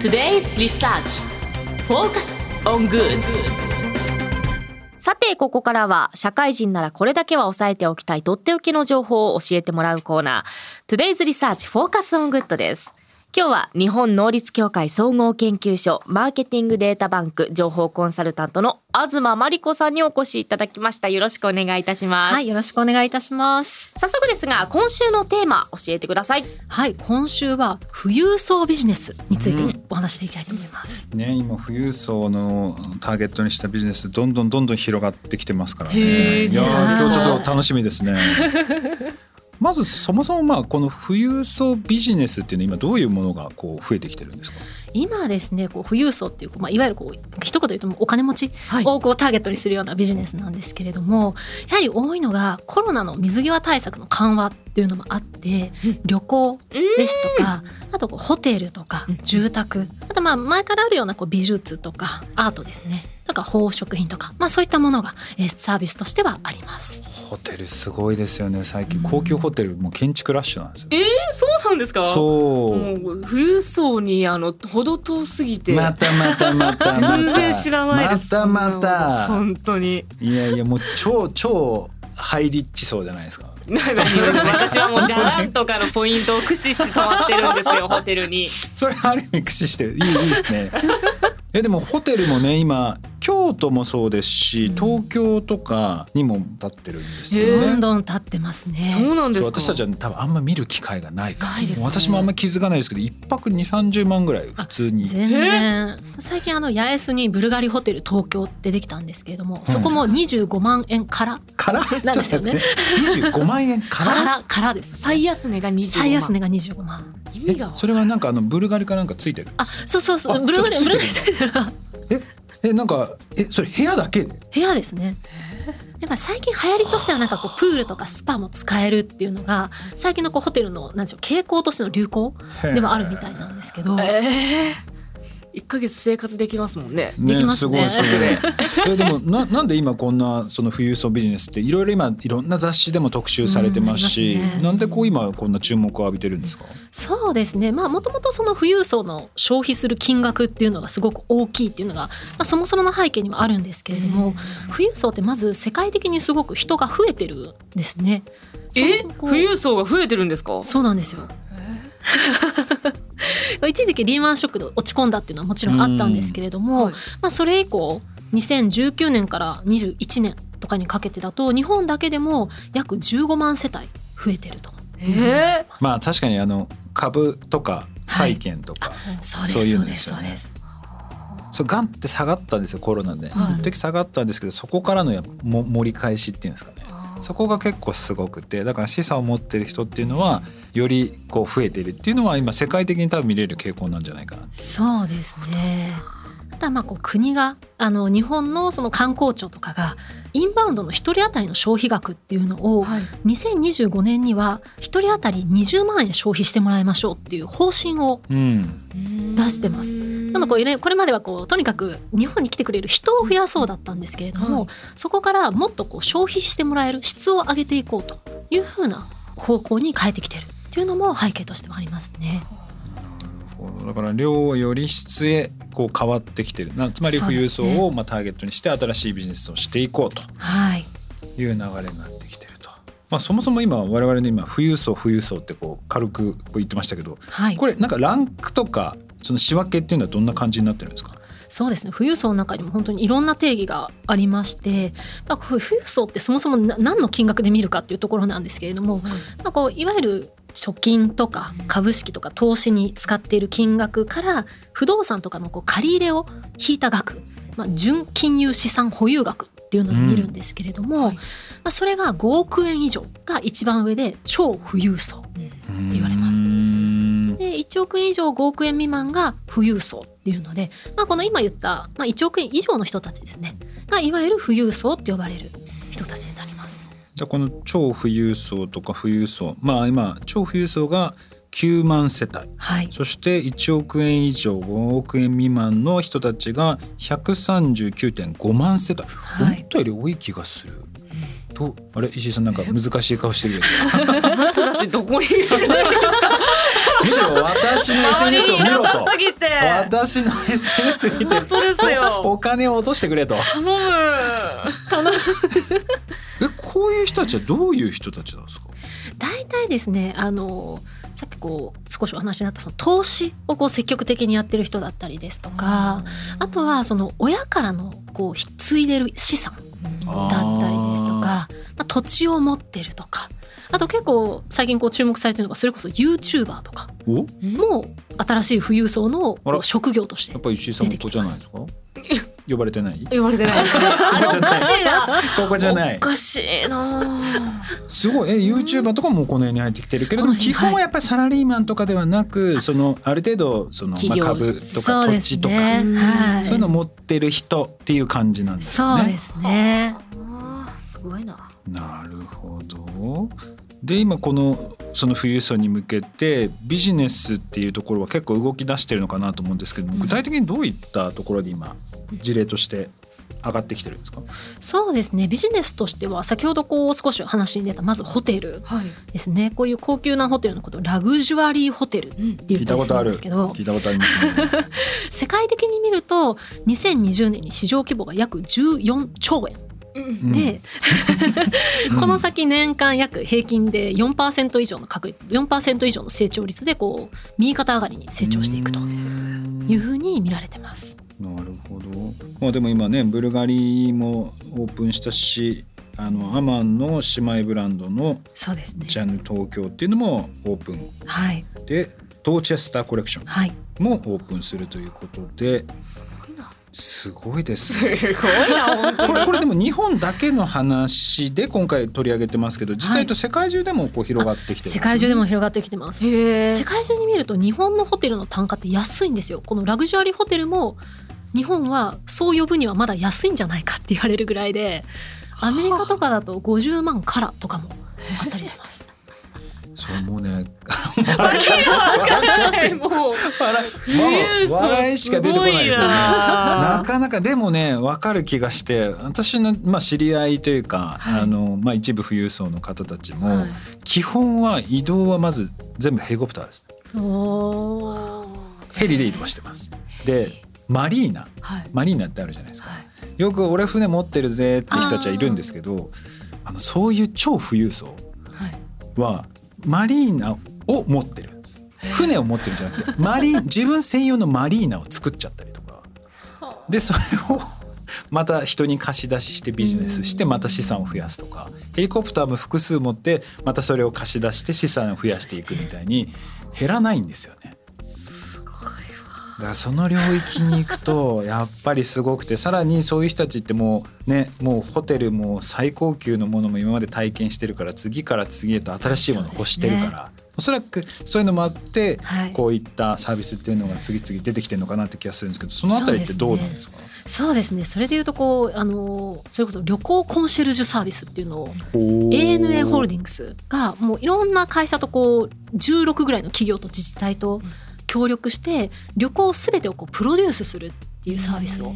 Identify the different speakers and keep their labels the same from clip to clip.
Speaker 1: Today's Research Focus on Good さて、ここからは、社会人ならこれだけは押さえておきたいとっておきの情報を教えてもらうコーナー、Today's Research Focus on Good です。今日は日本能率協会総合研究所マーケティングデータバンク情報コンサルタントの東真理子さんにお越しいただきました。よろしくお願いいたします。
Speaker 2: はい、よろしくお願いいたします。
Speaker 1: 早速ですが、今週のテーマ教えてください。
Speaker 2: はい、今週は富裕層ビジネスについうてお話していきたいと思います。
Speaker 3: ね、今富裕層のターゲットにしたビジネスどんどんどんどん広がってきてますからね。
Speaker 2: へー
Speaker 3: いやー
Speaker 2: そう
Speaker 3: 今日ちょっと楽しみ ですね。まずそもそもまあこの富裕層ビジネスっていうのは今どういうものがこう増えてきてるんですか。
Speaker 2: 今ですね、こう富裕層っていう、まあいわゆるこう一言で言うともうお金持ち
Speaker 1: はい
Speaker 2: をこうターゲットにするようなビジネスなんですけれども、やはり多いのがコロナの水際対策の緩和っていうのもあって、旅行ですとか、あとこうホテルとか
Speaker 1: うん
Speaker 2: 住宅、あとまあ前からあるようなこう美術とかアートですね。とか宝飾品とか、まあそういったものがえーサービスとしてはあります。
Speaker 3: ホテルすごいですよね。最近高級ホテルもう建築ラッシュなんですよ。
Speaker 1: そうなんですか
Speaker 3: そう。
Speaker 1: もう富裕層にあの程遠すぎて、
Speaker 3: またまたまたまた。
Speaker 1: 全然知らないです。
Speaker 3: またま
Speaker 1: そんなの
Speaker 3: た。
Speaker 1: 本当に。
Speaker 3: いやいやもう超超ハイリッチ層じゃないですか。
Speaker 1: 私はもうじゃらんとかのポイントを駆使して泊まってるんですよホテルに。
Speaker 3: それある意味駆使していいいいですね。えでもホテルもね今京都もそうですし東京とかにも立ってるんですよ
Speaker 2: どん
Speaker 3: ね。
Speaker 2: どん経ってますね。
Speaker 1: そうなんですか。
Speaker 3: 私たちは、ね、多分あんま見る機会がないから
Speaker 1: ないですね
Speaker 3: 私もあんま気づかないですけど一泊2 3 0万ぐらい普通に
Speaker 2: 全然最近あの八重洲にブルガリホテル東京ってできたんですけれども、そこも25万円から
Speaker 3: から
Speaker 2: なんですよね
Speaker 3: ちょっと待って25万円
Speaker 2: か
Speaker 3: か
Speaker 2: ららからです。
Speaker 1: 最安値が25万。
Speaker 2: 最安値が25万。
Speaker 1: 意
Speaker 3: え
Speaker 1: 味が
Speaker 3: それはなんかあのブルガリかなんかついてる
Speaker 2: あ、そうそうそ
Speaker 3: あ
Speaker 2: う。ブルガリ
Speaker 3: ちょ
Speaker 2: ブルガリ
Speaker 3: つい
Speaker 2: ホテルは
Speaker 3: ええなんかえそれ部屋だけ
Speaker 2: 部屋ですね。やっぱ最近流行りとしてはなんかこうプールとかスパも使えるっていうのが最近のこうホテルのなんでしょう傾向としての流行ではあるみたいなんですけど。
Speaker 1: ええ一ヶ月生活できますもんね。
Speaker 2: できますね
Speaker 3: すご いすごい。えでもななんで今こんなその富裕層ビジネスっていろいろ今いろんな雑誌でも特集されてますし、
Speaker 2: うんありますね
Speaker 3: なんでこう今こんな注目を浴びてるんですか。
Speaker 2: そうですねまあもともとその富裕層の消費する金額っていうのがすごく大きいっていうのが、まあ、そもそもの背景にもあるんですけれども、富裕層ってまず世界的にすごく人が増えてるんですね。
Speaker 1: え
Speaker 2: そのこう
Speaker 1: 富裕層が増えてるんですか。
Speaker 2: そうなんですよ 一時期リーマンショックで落ち込んだっていうのはもちろんあったんですけれども、
Speaker 1: はい
Speaker 2: まあ、それ以降2019年から21年とかにかけてだと日本だけでも約15万世帯増えてると。
Speaker 1: ええ
Speaker 3: まあ確かにあの株とか債券とか、
Speaker 2: そう
Speaker 3: そう
Speaker 2: です
Speaker 3: いう
Speaker 2: そ
Speaker 3: の
Speaker 2: う
Speaker 3: で
Speaker 2: ですす
Speaker 3: よ
Speaker 2: そう
Speaker 3: ね
Speaker 2: です。
Speaker 3: そうガンって下がったんですよコロナで。
Speaker 1: はい
Speaker 3: 一時下がったんですけどそこからのやも盛り返しっていうんですかね。そこが結構すごくてだから資産を持ってる人っていうのはよりこう増えてるっていうのは今世界的に多分見れる傾向なんじゃないかな。
Speaker 2: そうですね。あとはまあこう国があの日本のその観光庁とかがインバウンドの一人当たりの消費額っていうのを
Speaker 1: はい
Speaker 2: 2025年には一人当たり20万円消費してもらいましょうっていう方針を
Speaker 3: うん。
Speaker 2: 出してますなのでこういろいろこれまではこうとにかく日本に来てくれる人を増やそうだったんですけれども、
Speaker 1: はい
Speaker 2: そこからもっとこう消費してもらえる質を上げていこうというふうな方向に変えてきてるっていうのも背景としてはありますね。
Speaker 3: だから量より質へこう変わってきてるなつまり
Speaker 2: そう
Speaker 3: 富
Speaker 2: です
Speaker 3: 裕
Speaker 2: ね
Speaker 3: 層をまあターゲットにして新しいビジネスをしていこうと
Speaker 2: はい、
Speaker 3: いう流れになってきてると、まあ、そもそも今我々の今富裕層富裕層ってこう軽くこう言ってましたけど
Speaker 2: はい
Speaker 3: これなんかランクとかその仕分けっていうのはどんな感じになってるんですか
Speaker 2: そうですね富裕層の中にも本当にいろんな定義がありまして、まあ、こう富裕層ってそもそもな何の金額で見るかっていうところなんですけれども、まあ、こういわゆる貯金とか株式とか投資に使っている金額から不動産とかのこう借り入れを引いた額、まあ、純金融資産保有額っていうので見るんですけれども、
Speaker 1: うんはい
Speaker 2: まあ、それが5億円以上が一番上で超富裕層言われます
Speaker 3: うーん
Speaker 2: で1億円以上5億円未満が富裕層っていうので、まあ、この今言った、まあ、1億円以上の人たちですねがいわゆる富裕層って呼ばれる人たちになります。
Speaker 3: じゃあこの超富裕層とか富裕層まあ今超富裕層が9万世帯
Speaker 2: はい、
Speaker 3: そして1億円以上5億円未満の人たちが139.5万世帯、
Speaker 2: はい
Speaker 3: 思ったより多い気がする。とあれ石井さんなんか難しい顔してるけど
Speaker 1: この人たちどこにいるんですか。
Speaker 3: むしろ私の SNS を見ろと
Speaker 1: さすぎて
Speaker 3: 私の SNS 見て
Speaker 1: 本当ですよ
Speaker 3: お金を落としてくれと
Speaker 1: 頼む
Speaker 3: えこういう人たちはどういう人たちなんですか
Speaker 2: 大体ですねあのさっきこう少しお話になったその投資をこう積極的にやってる人だったりですとか、あとはその親からのこう引き継いでる資産だったりですとかまあ、土地を持ってるとかあと結構最近こう注目されてるのがそれこそ YouTuber とか
Speaker 3: お
Speaker 2: も新しい富裕層のこ
Speaker 3: あら
Speaker 2: う職業として
Speaker 3: やっぱり石井さんもここじゃないですか呼ばれてない
Speaker 1: 言われてないあれおかしいな
Speaker 3: ここじゃない
Speaker 1: おかしいな
Speaker 3: すごいえ YouTuber とかもこの辺に入ってきてるけれども
Speaker 2: この辺
Speaker 3: 基本はやっぱりサラリーマンとかではなくそのある程度そのまあ
Speaker 1: 企業
Speaker 3: 株とか土地とか
Speaker 2: そうですねは
Speaker 3: そういうのを持ってる人っていう感じなんですね。
Speaker 2: そうですね。
Speaker 1: あーすごいな
Speaker 3: なるほど。で今このその富裕層に向けてビジネスっていうところは結構動き出してるのかなと思うんですけども具体的にどういったところで今事例として上がってきてるんですか、
Speaker 2: そうですねビジネスとしては先ほどこう少し話に出たまずホテル
Speaker 1: はい
Speaker 2: ですねこういう高級なホテルのことをラグジュアリーホテルって
Speaker 1: うん
Speaker 2: 言
Speaker 3: 聞い
Speaker 2: ったたり
Speaker 3: こ
Speaker 2: する
Speaker 3: とあ
Speaker 2: んで
Speaker 3: る
Speaker 2: すけど
Speaker 3: 聞いたことありますね。
Speaker 2: 世界的に見ると2020年に市場規模が約14兆円
Speaker 3: うん
Speaker 2: で、
Speaker 3: うん
Speaker 2: この先年間約平均で4%以上の確率4%以上の成長率でこう右肩上がりに成長していくと
Speaker 3: うー
Speaker 2: いうんふうに見られてます。
Speaker 3: なるほど。まあでも今ねブルガリもオープンしたし、あのアマンの姉妹ブランドの
Speaker 2: そうですね
Speaker 3: ジャンヌ東京っていうのもオープン
Speaker 2: はい
Speaker 3: で、ドーチェスターコレクション
Speaker 2: はい
Speaker 3: もオープンするということで、
Speaker 1: すごいな
Speaker 3: すごいです
Speaker 1: す。ごいな本当
Speaker 3: これこれでも日本だけの話で今回取り上げてますけど実際と世界中でもこう広がってきてる、
Speaker 2: 世界中でも広がってきてます。
Speaker 1: へえ
Speaker 2: 世界中に見ると日本のホテルの単価って安いんですよこのラグジュアリーホテルも日本はそう呼ぶにはまだ安いんじゃないかって言われるぐらいでアメリカとかだと50万からとかもあったりし ます。
Speaker 3: そうもうね
Speaker 1: わけがわかんないもう
Speaker 3: 笑い
Speaker 1: 富裕層
Speaker 3: 笑いしか出てこないですよね。
Speaker 1: すごいな
Speaker 3: なかなかでもね分かる気がして私の、まあ、知り合いというか、
Speaker 1: はい
Speaker 3: あのまあ、一部富裕層の方たちも、
Speaker 2: はい
Speaker 3: 基本は移動はまず全部ヘリコプターです
Speaker 2: お
Speaker 3: ヘリで移動してますでマリーナ
Speaker 2: はい、
Speaker 3: マリーナってあるじゃないですか、
Speaker 2: はい
Speaker 3: よく俺船持ってるぜって人たちはいるんですけどあのそういう超富裕層
Speaker 2: はい、
Speaker 3: はマリーナを持ってるんです船を持ってるんじゃなくてマリー自分専用のマリーナを作っちゃったりとかでそれを また人に貸し出ししてビジネスしてまた資産を増やすとかヘリコプターも複数持ってまたそれを貸し出して資産を増やしていくみたいに減らないんですよね。
Speaker 1: すごい
Speaker 3: だからその領域に行 くとやっぱりすごくてさらにそういう人たちってもうねもうホテルも最高級のものも今まで体験してるから次から次へと新しいものを欲してるからおそらくそういうのもあって、
Speaker 2: はい
Speaker 3: こういったサービスっていうのが次々出てきてるのかなって気がするんですけどそのあたりってどうなんですか
Speaker 2: そうですねそれでいうとこうあのそれこそ旅行コンシェルジュサービスっていうのを
Speaker 3: ほう
Speaker 2: ANA ホールディングスがもういろんな会社とこう16ぐらいの企業と自治体と協力して旅行すべてをこうプロデュースするっていうサービスを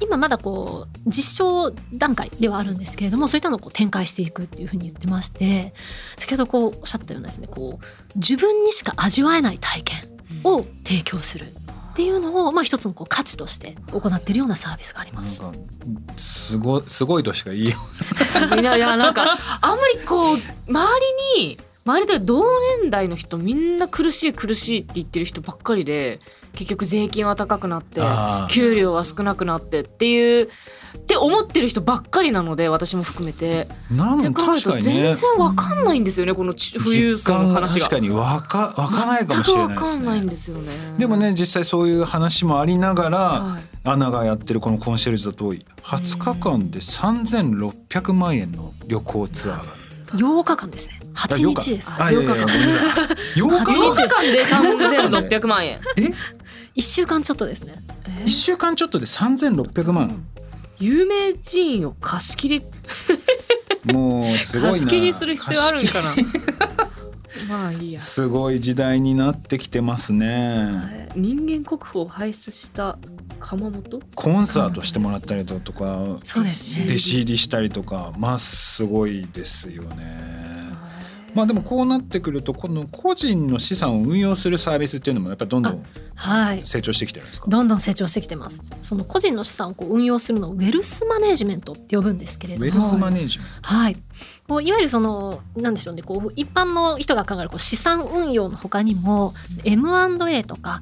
Speaker 2: 今まだこう実証段階ではあるんですけれどもそういったのをこう展開していくっていうふうに言ってまして先ほどこうおっしゃったようなですねこう自分にしか味わえない体験を提供するっていうのを、まあ、一つのこう価値として行っているようなサービスがあります。
Speaker 3: なんかすごすごいとしか言いよ
Speaker 1: いやいやなんかあんまりこう周りに周りで同年代の人みんな苦しい苦しいって言ってる人ばっかりで結局税金は高くなって
Speaker 3: あー
Speaker 1: 給料は少なくなってっていうって思ってる人ばっかりなので私も含めて。
Speaker 3: うな
Speaker 1: って
Speaker 3: ん
Speaker 1: 考える
Speaker 3: 確
Speaker 1: と
Speaker 3: かに
Speaker 1: 全
Speaker 3: ね
Speaker 1: 然わかんないんですよねこのち富裕
Speaker 3: 実
Speaker 1: 層の
Speaker 3: 感が
Speaker 1: 話が
Speaker 3: 確。かにわかわかないかもしれない
Speaker 1: 全
Speaker 3: で
Speaker 1: くわか
Speaker 3: す
Speaker 1: んないん
Speaker 3: ね。
Speaker 1: ですよね。
Speaker 3: でもね実際そういう話もありながら、
Speaker 1: はい、
Speaker 3: アナがやってるこのコンシェルジュだと20日間で3600万円の旅行ツアーがある。
Speaker 2: 8日間ですね8日です
Speaker 3: あいやいやいやごめんなさ
Speaker 1: 8日
Speaker 3: い8日間
Speaker 1: 間で3600万円。
Speaker 3: え
Speaker 2: 1週間ちょっとですね
Speaker 3: 1週間ちょっとで3600万
Speaker 1: 有名人員を貸し切り
Speaker 3: もうすごいな
Speaker 1: 貸し切りする必要あるんかな
Speaker 3: 貸し切り
Speaker 1: まあいいや
Speaker 3: すごい時代になってきてますね
Speaker 1: 人間国宝を輩出した窯元
Speaker 3: コンサートしてもらったりだとか
Speaker 2: そうですね
Speaker 3: 弟子入りしたりとかまあすごいですよねまあでもこうなってくるとこの個人の資産を運用するサービスっていうのもやっぱりどんどん
Speaker 2: はい
Speaker 3: 成長してきてるんですか
Speaker 2: どんどん成長してきてますその個人の資産をこう運用するのをウェルスマネージメントって呼ぶんですけれ
Speaker 3: ウ
Speaker 2: ども
Speaker 3: ェルスマネージメン
Speaker 2: はい、こういわゆるそのなんでしょうねこう一般の人が考えるこう資産運用の他にも M&A とか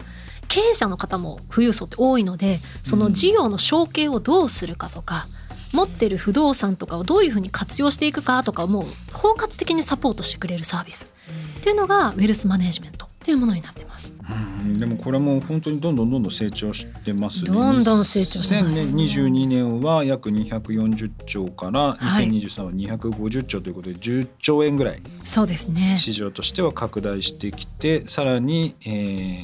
Speaker 2: 経営者の方も富裕層って多いのでその事業の承継をどうするかとか、持ってる不動産とかをどういうふうに活用していくかとかをもう包括的にサポートしてくれるサービスっていうのがウェルスマネージメントっていうものになってます。
Speaker 3: ト、うん、でもこれも本当にどんどんどんどん成長してますね
Speaker 2: どんどん成長してます
Speaker 3: 2022年は約240兆から
Speaker 2: はい
Speaker 3: 2023は250兆ということで10兆円ぐらい
Speaker 2: そうですね
Speaker 3: 市場としては拡大してきてさらに、え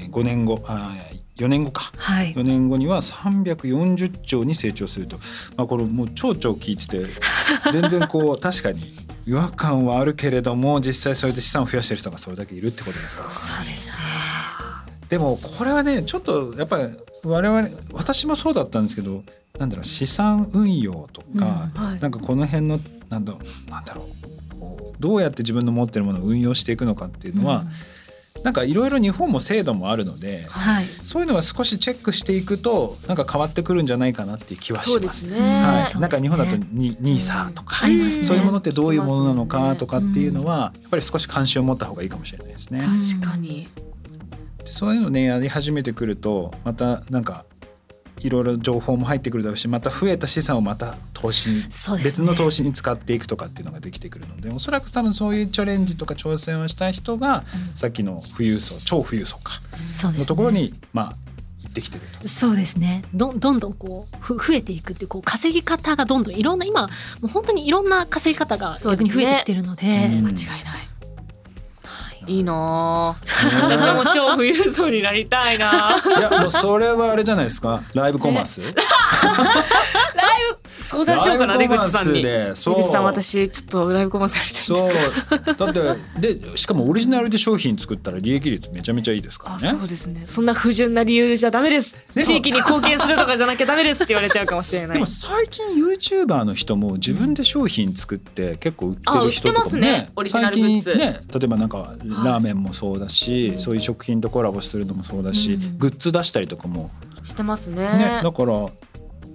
Speaker 3: ー、5年後あ4年後か
Speaker 2: はい
Speaker 3: 4年後には340兆に成長すると、まあ、これもう超々聞いてて 全然こう確かに違和感はあるけれども実際それで資産を増やしてる人がそれだけいるってことですから
Speaker 2: そうですね
Speaker 3: でもこれはねちょっとやっぱり我々私もそうだったんですけどなんだろう資産運用とか、
Speaker 2: うんはい
Speaker 3: なんかこの辺のなんだろうなんだろうこうどうやって自分の持ってるものを運用していくのかっていうのは、なんかいろいろ日本も制度もあるので、
Speaker 2: はい
Speaker 3: そういうのは少しチェックしていくとなんか変わってくるんじゃないかなっていう気はします。
Speaker 1: ね
Speaker 3: はい
Speaker 2: そうですね
Speaker 3: なんか日本だとニニーサとか、
Speaker 2: ありますね
Speaker 3: そういうものってどういうものなのかと
Speaker 1: か
Speaker 3: かっていうのは、やっぱり少し関心を持った方がいいかもしれないですね。
Speaker 2: ん
Speaker 1: 確かに
Speaker 3: でそういうのねやり始めてくるとまたなんかいろいろ情報も入ってくるだろうしまた増えた資産をまた投資に、
Speaker 2: そうです
Speaker 3: 別
Speaker 2: ね
Speaker 3: の投資に使っていくとかっていうのができてくるのでおそらく多分そういうチャレンジとか挑戦をした人が、さっきの富裕層超富裕層か
Speaker 2: そうですね
Speaker 3: のところに、まあ行ってきてると。
Speaker 2: そうですねどどんどんこうふ増えていくっていうこう稼ぎ方がどんどんいろんな今もう本当にいろんな稼ぎ方が
Speaker 1: そう
Speaker 2: 逆
Speaker 1: で
Speaker 2: に
Speaker 1: す
Speaker 2: 増
Speaker 1: ね
Speaker 2: えてきてるので
Speaker 3: うん
Speaker 1: 間違いない
Speaker 2: はい
Speaker 1: いいなあ私も超富裕層になりたいなあ
Speaker 3: いやもうそれはあれじゃないですかライブコマース。
Speaker 1: 相談しようかな
Speaker 3: ライ
Speaker 1: 出
Speaker 3: ブコマ
Speaker 1: 口
Speaker 3: ー
Speaker 1: さん
Speaker 3: ス
Speaker 1: に
Speaker 3: で
Speaker 1: 出
Speaker 3: そう
Speaker 1: 口さん私ちょっとライブコマースやりたいんです
Speaker 3: そうだってでしかもオリジナルで商品作ったら利益率めちゃめちゃいいですか
Speaker 1: あ
Speaker 3: ら
Speaker 1: そ
Speaker 3: ね
Speaker 1: う。ですねそんな不純な理由じゃダメです
Speaker 3: でも
Speaker 1: 地域に貢献するとかじゃなきゃダメですって言われちゃうかもしれな
Speaker 3: で
Speaker 1: い
Speaker 3: も最近 YouTuber の人も自分で商品作って結構売ってる人と
Speaker 1: あ売ってま
Speaker 3: か
Speaker 1: す
Speaker 3: も
Speaker 1: ね
Speaker 3: ね
Speaker 1: オリジナ
Speaker 3: 最
Speaker 1: ルグッ
Speaker 3: 近
Speaker 1: ズ
Speaker 3: ね例えばなんかラーメンもそうだしそういう食品とコラボするのもそうだしグッズ出したりとかも
Speaker 1: してますね
Speaker 3: ねだから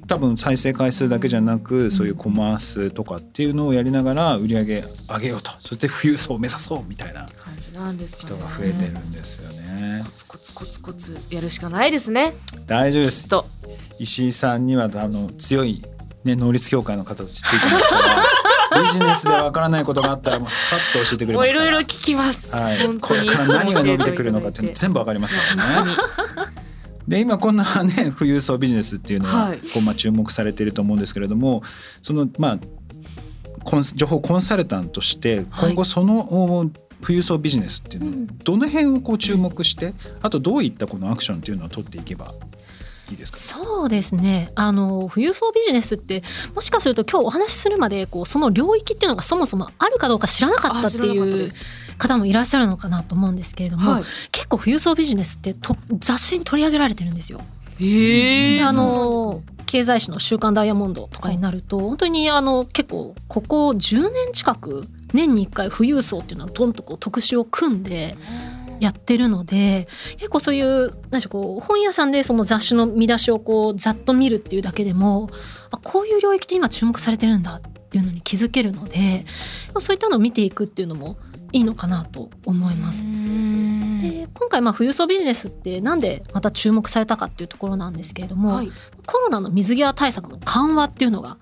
Speaker 3: 多分再生回数だけじゃなくそういうコマースとかっていうのをやりながら売り上げ上げようとそして富裕層を目指そうみたいな
Speaker 1: 感じなんですか
Speaker 3: 人
Speaker 1: ね
Speaker 3: が増えてるんですよね
Speaker 1: コ。ツコツコツコツやるしかないですね
Speaker 3: 大丈夫で
Speaker 1: き
Speaker 3: す
Speaker 1: っと
Speaker 3: 石井さんにはあの強い、ね、能率協会の方としてついてますからビジネスでわからないことがあったらもうスパッと教えてくれ
Speaker 1: も
Speaker 3: ま
Speaker 1: う
Speaker 3: す
Speaker 1: い
Speaker 3: から
Speaker 1: ろいろ聞きます、
Speaker 3: はい、
Speaker 1: 本
Speaker 3: こ
Speaker 1: 当
Speaker 3: れ
Speaker 1: に
Speaker 3: から何が伸びてくるのかっていうの
Speaker 1: 部
Speaker 3: 全部わかりますからね。で今こんなね富裕層ビジネスっていうのは、
Speaker 1: はい
Speaker 3: こうまあ注目されていると思うんですけれどもそのまあコン情報コンサルタントとして
Speaker 1: はい
Speaker 3: 今後その、お富裕層ビジネスっていうのはどの辺をこう注目して、あとどういったこのアクションっていうのを取っていけばいいですか
Speaker 2: そうですねあの富裕層ビジネスってもしかすると今日お話しするまでこうその領域っていうのがそもそもあるかどうか知らなかったって
Speaker 1: あ知らなかった
Speaker 2: い
Speaker 1: で
Speaker 2: う
Speaker 1: す
Speaker 2: 方もいらっしゃるのかなと思うんですけれども、
Speaker 1: はい
Speaker 2: 結構富裕層ビジネスってと雑誌に取り上げられてるんですよ。
Speaker 1: へえ
Speaker 2: であ
Speaker 1: そうなん
Speaker 2: の
Speaker 1: ですね
Speaker 2: 経済誌の「週刊ダイヤモンド」とかになると本当にあの結構ここ10年近く年に1回富裕層っていうのはどんとこう特集を組んでやってるので結構そういう何でしょうこう本屋さんでその雑誌の見出しをこうざっと見るっていうだけでもあこういう領域って今注目されてるんだっていうのに気づけるのでそういったのを見ていくっていうのもいいのかなと思います
Speaker 1: う。ーん
Speaker 2: で今回まあ富裕層ビジネスってなんでまた注目されたかっていうところなんですけれども、
Speaker 1: はい
Speaker 2: コロナの水際対策の緩和っていうのが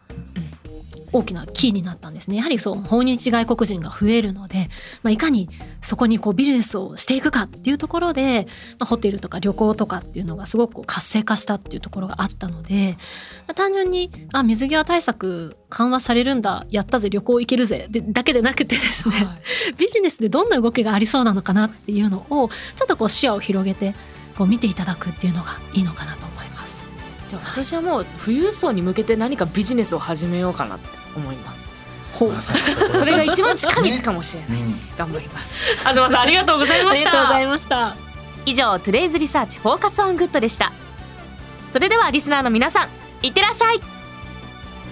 Speaker 2: 大きなキーになったんですねやはりそう訪日外国人が増えるので、まあ、いかにそこにこうビジネスをしていくかっていうところで、まあ、ホテルとか旅行とかっていうのがすごくこう活性化したっていうところがあったので、まあ単純にあ水際対策緩和されるんだやったぜ旅行行けるぜでだけでなくてですね、
Speaker 1: はい
Speaker 2: ビジネスでどんな動きがありそうなのかなっていうのをちょっとこう視野を広げてこう見ていただくっていうのがいいのかなと思います。
Speaker 1: じゃあ私はもう富裕層に向けて何かビジネスを始めようかなって思い ます
Speaker 2: ほう
Speaker 3: まさにそこだ
Speaker 1: それが一番近道かもしれない、
Speaker 3: うん
Speaker 1: 頑張ります 東さんありがとうございました
Speaker 2: いました。
Speaker 1: 以上トゥデイズリサーチフォーカスオングッドでしたそれではリスナーの皆さんいってらっしゃい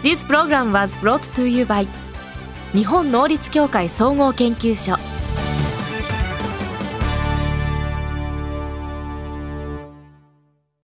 Speaker 1: This program was brought to you by 日本能率協会総合研究所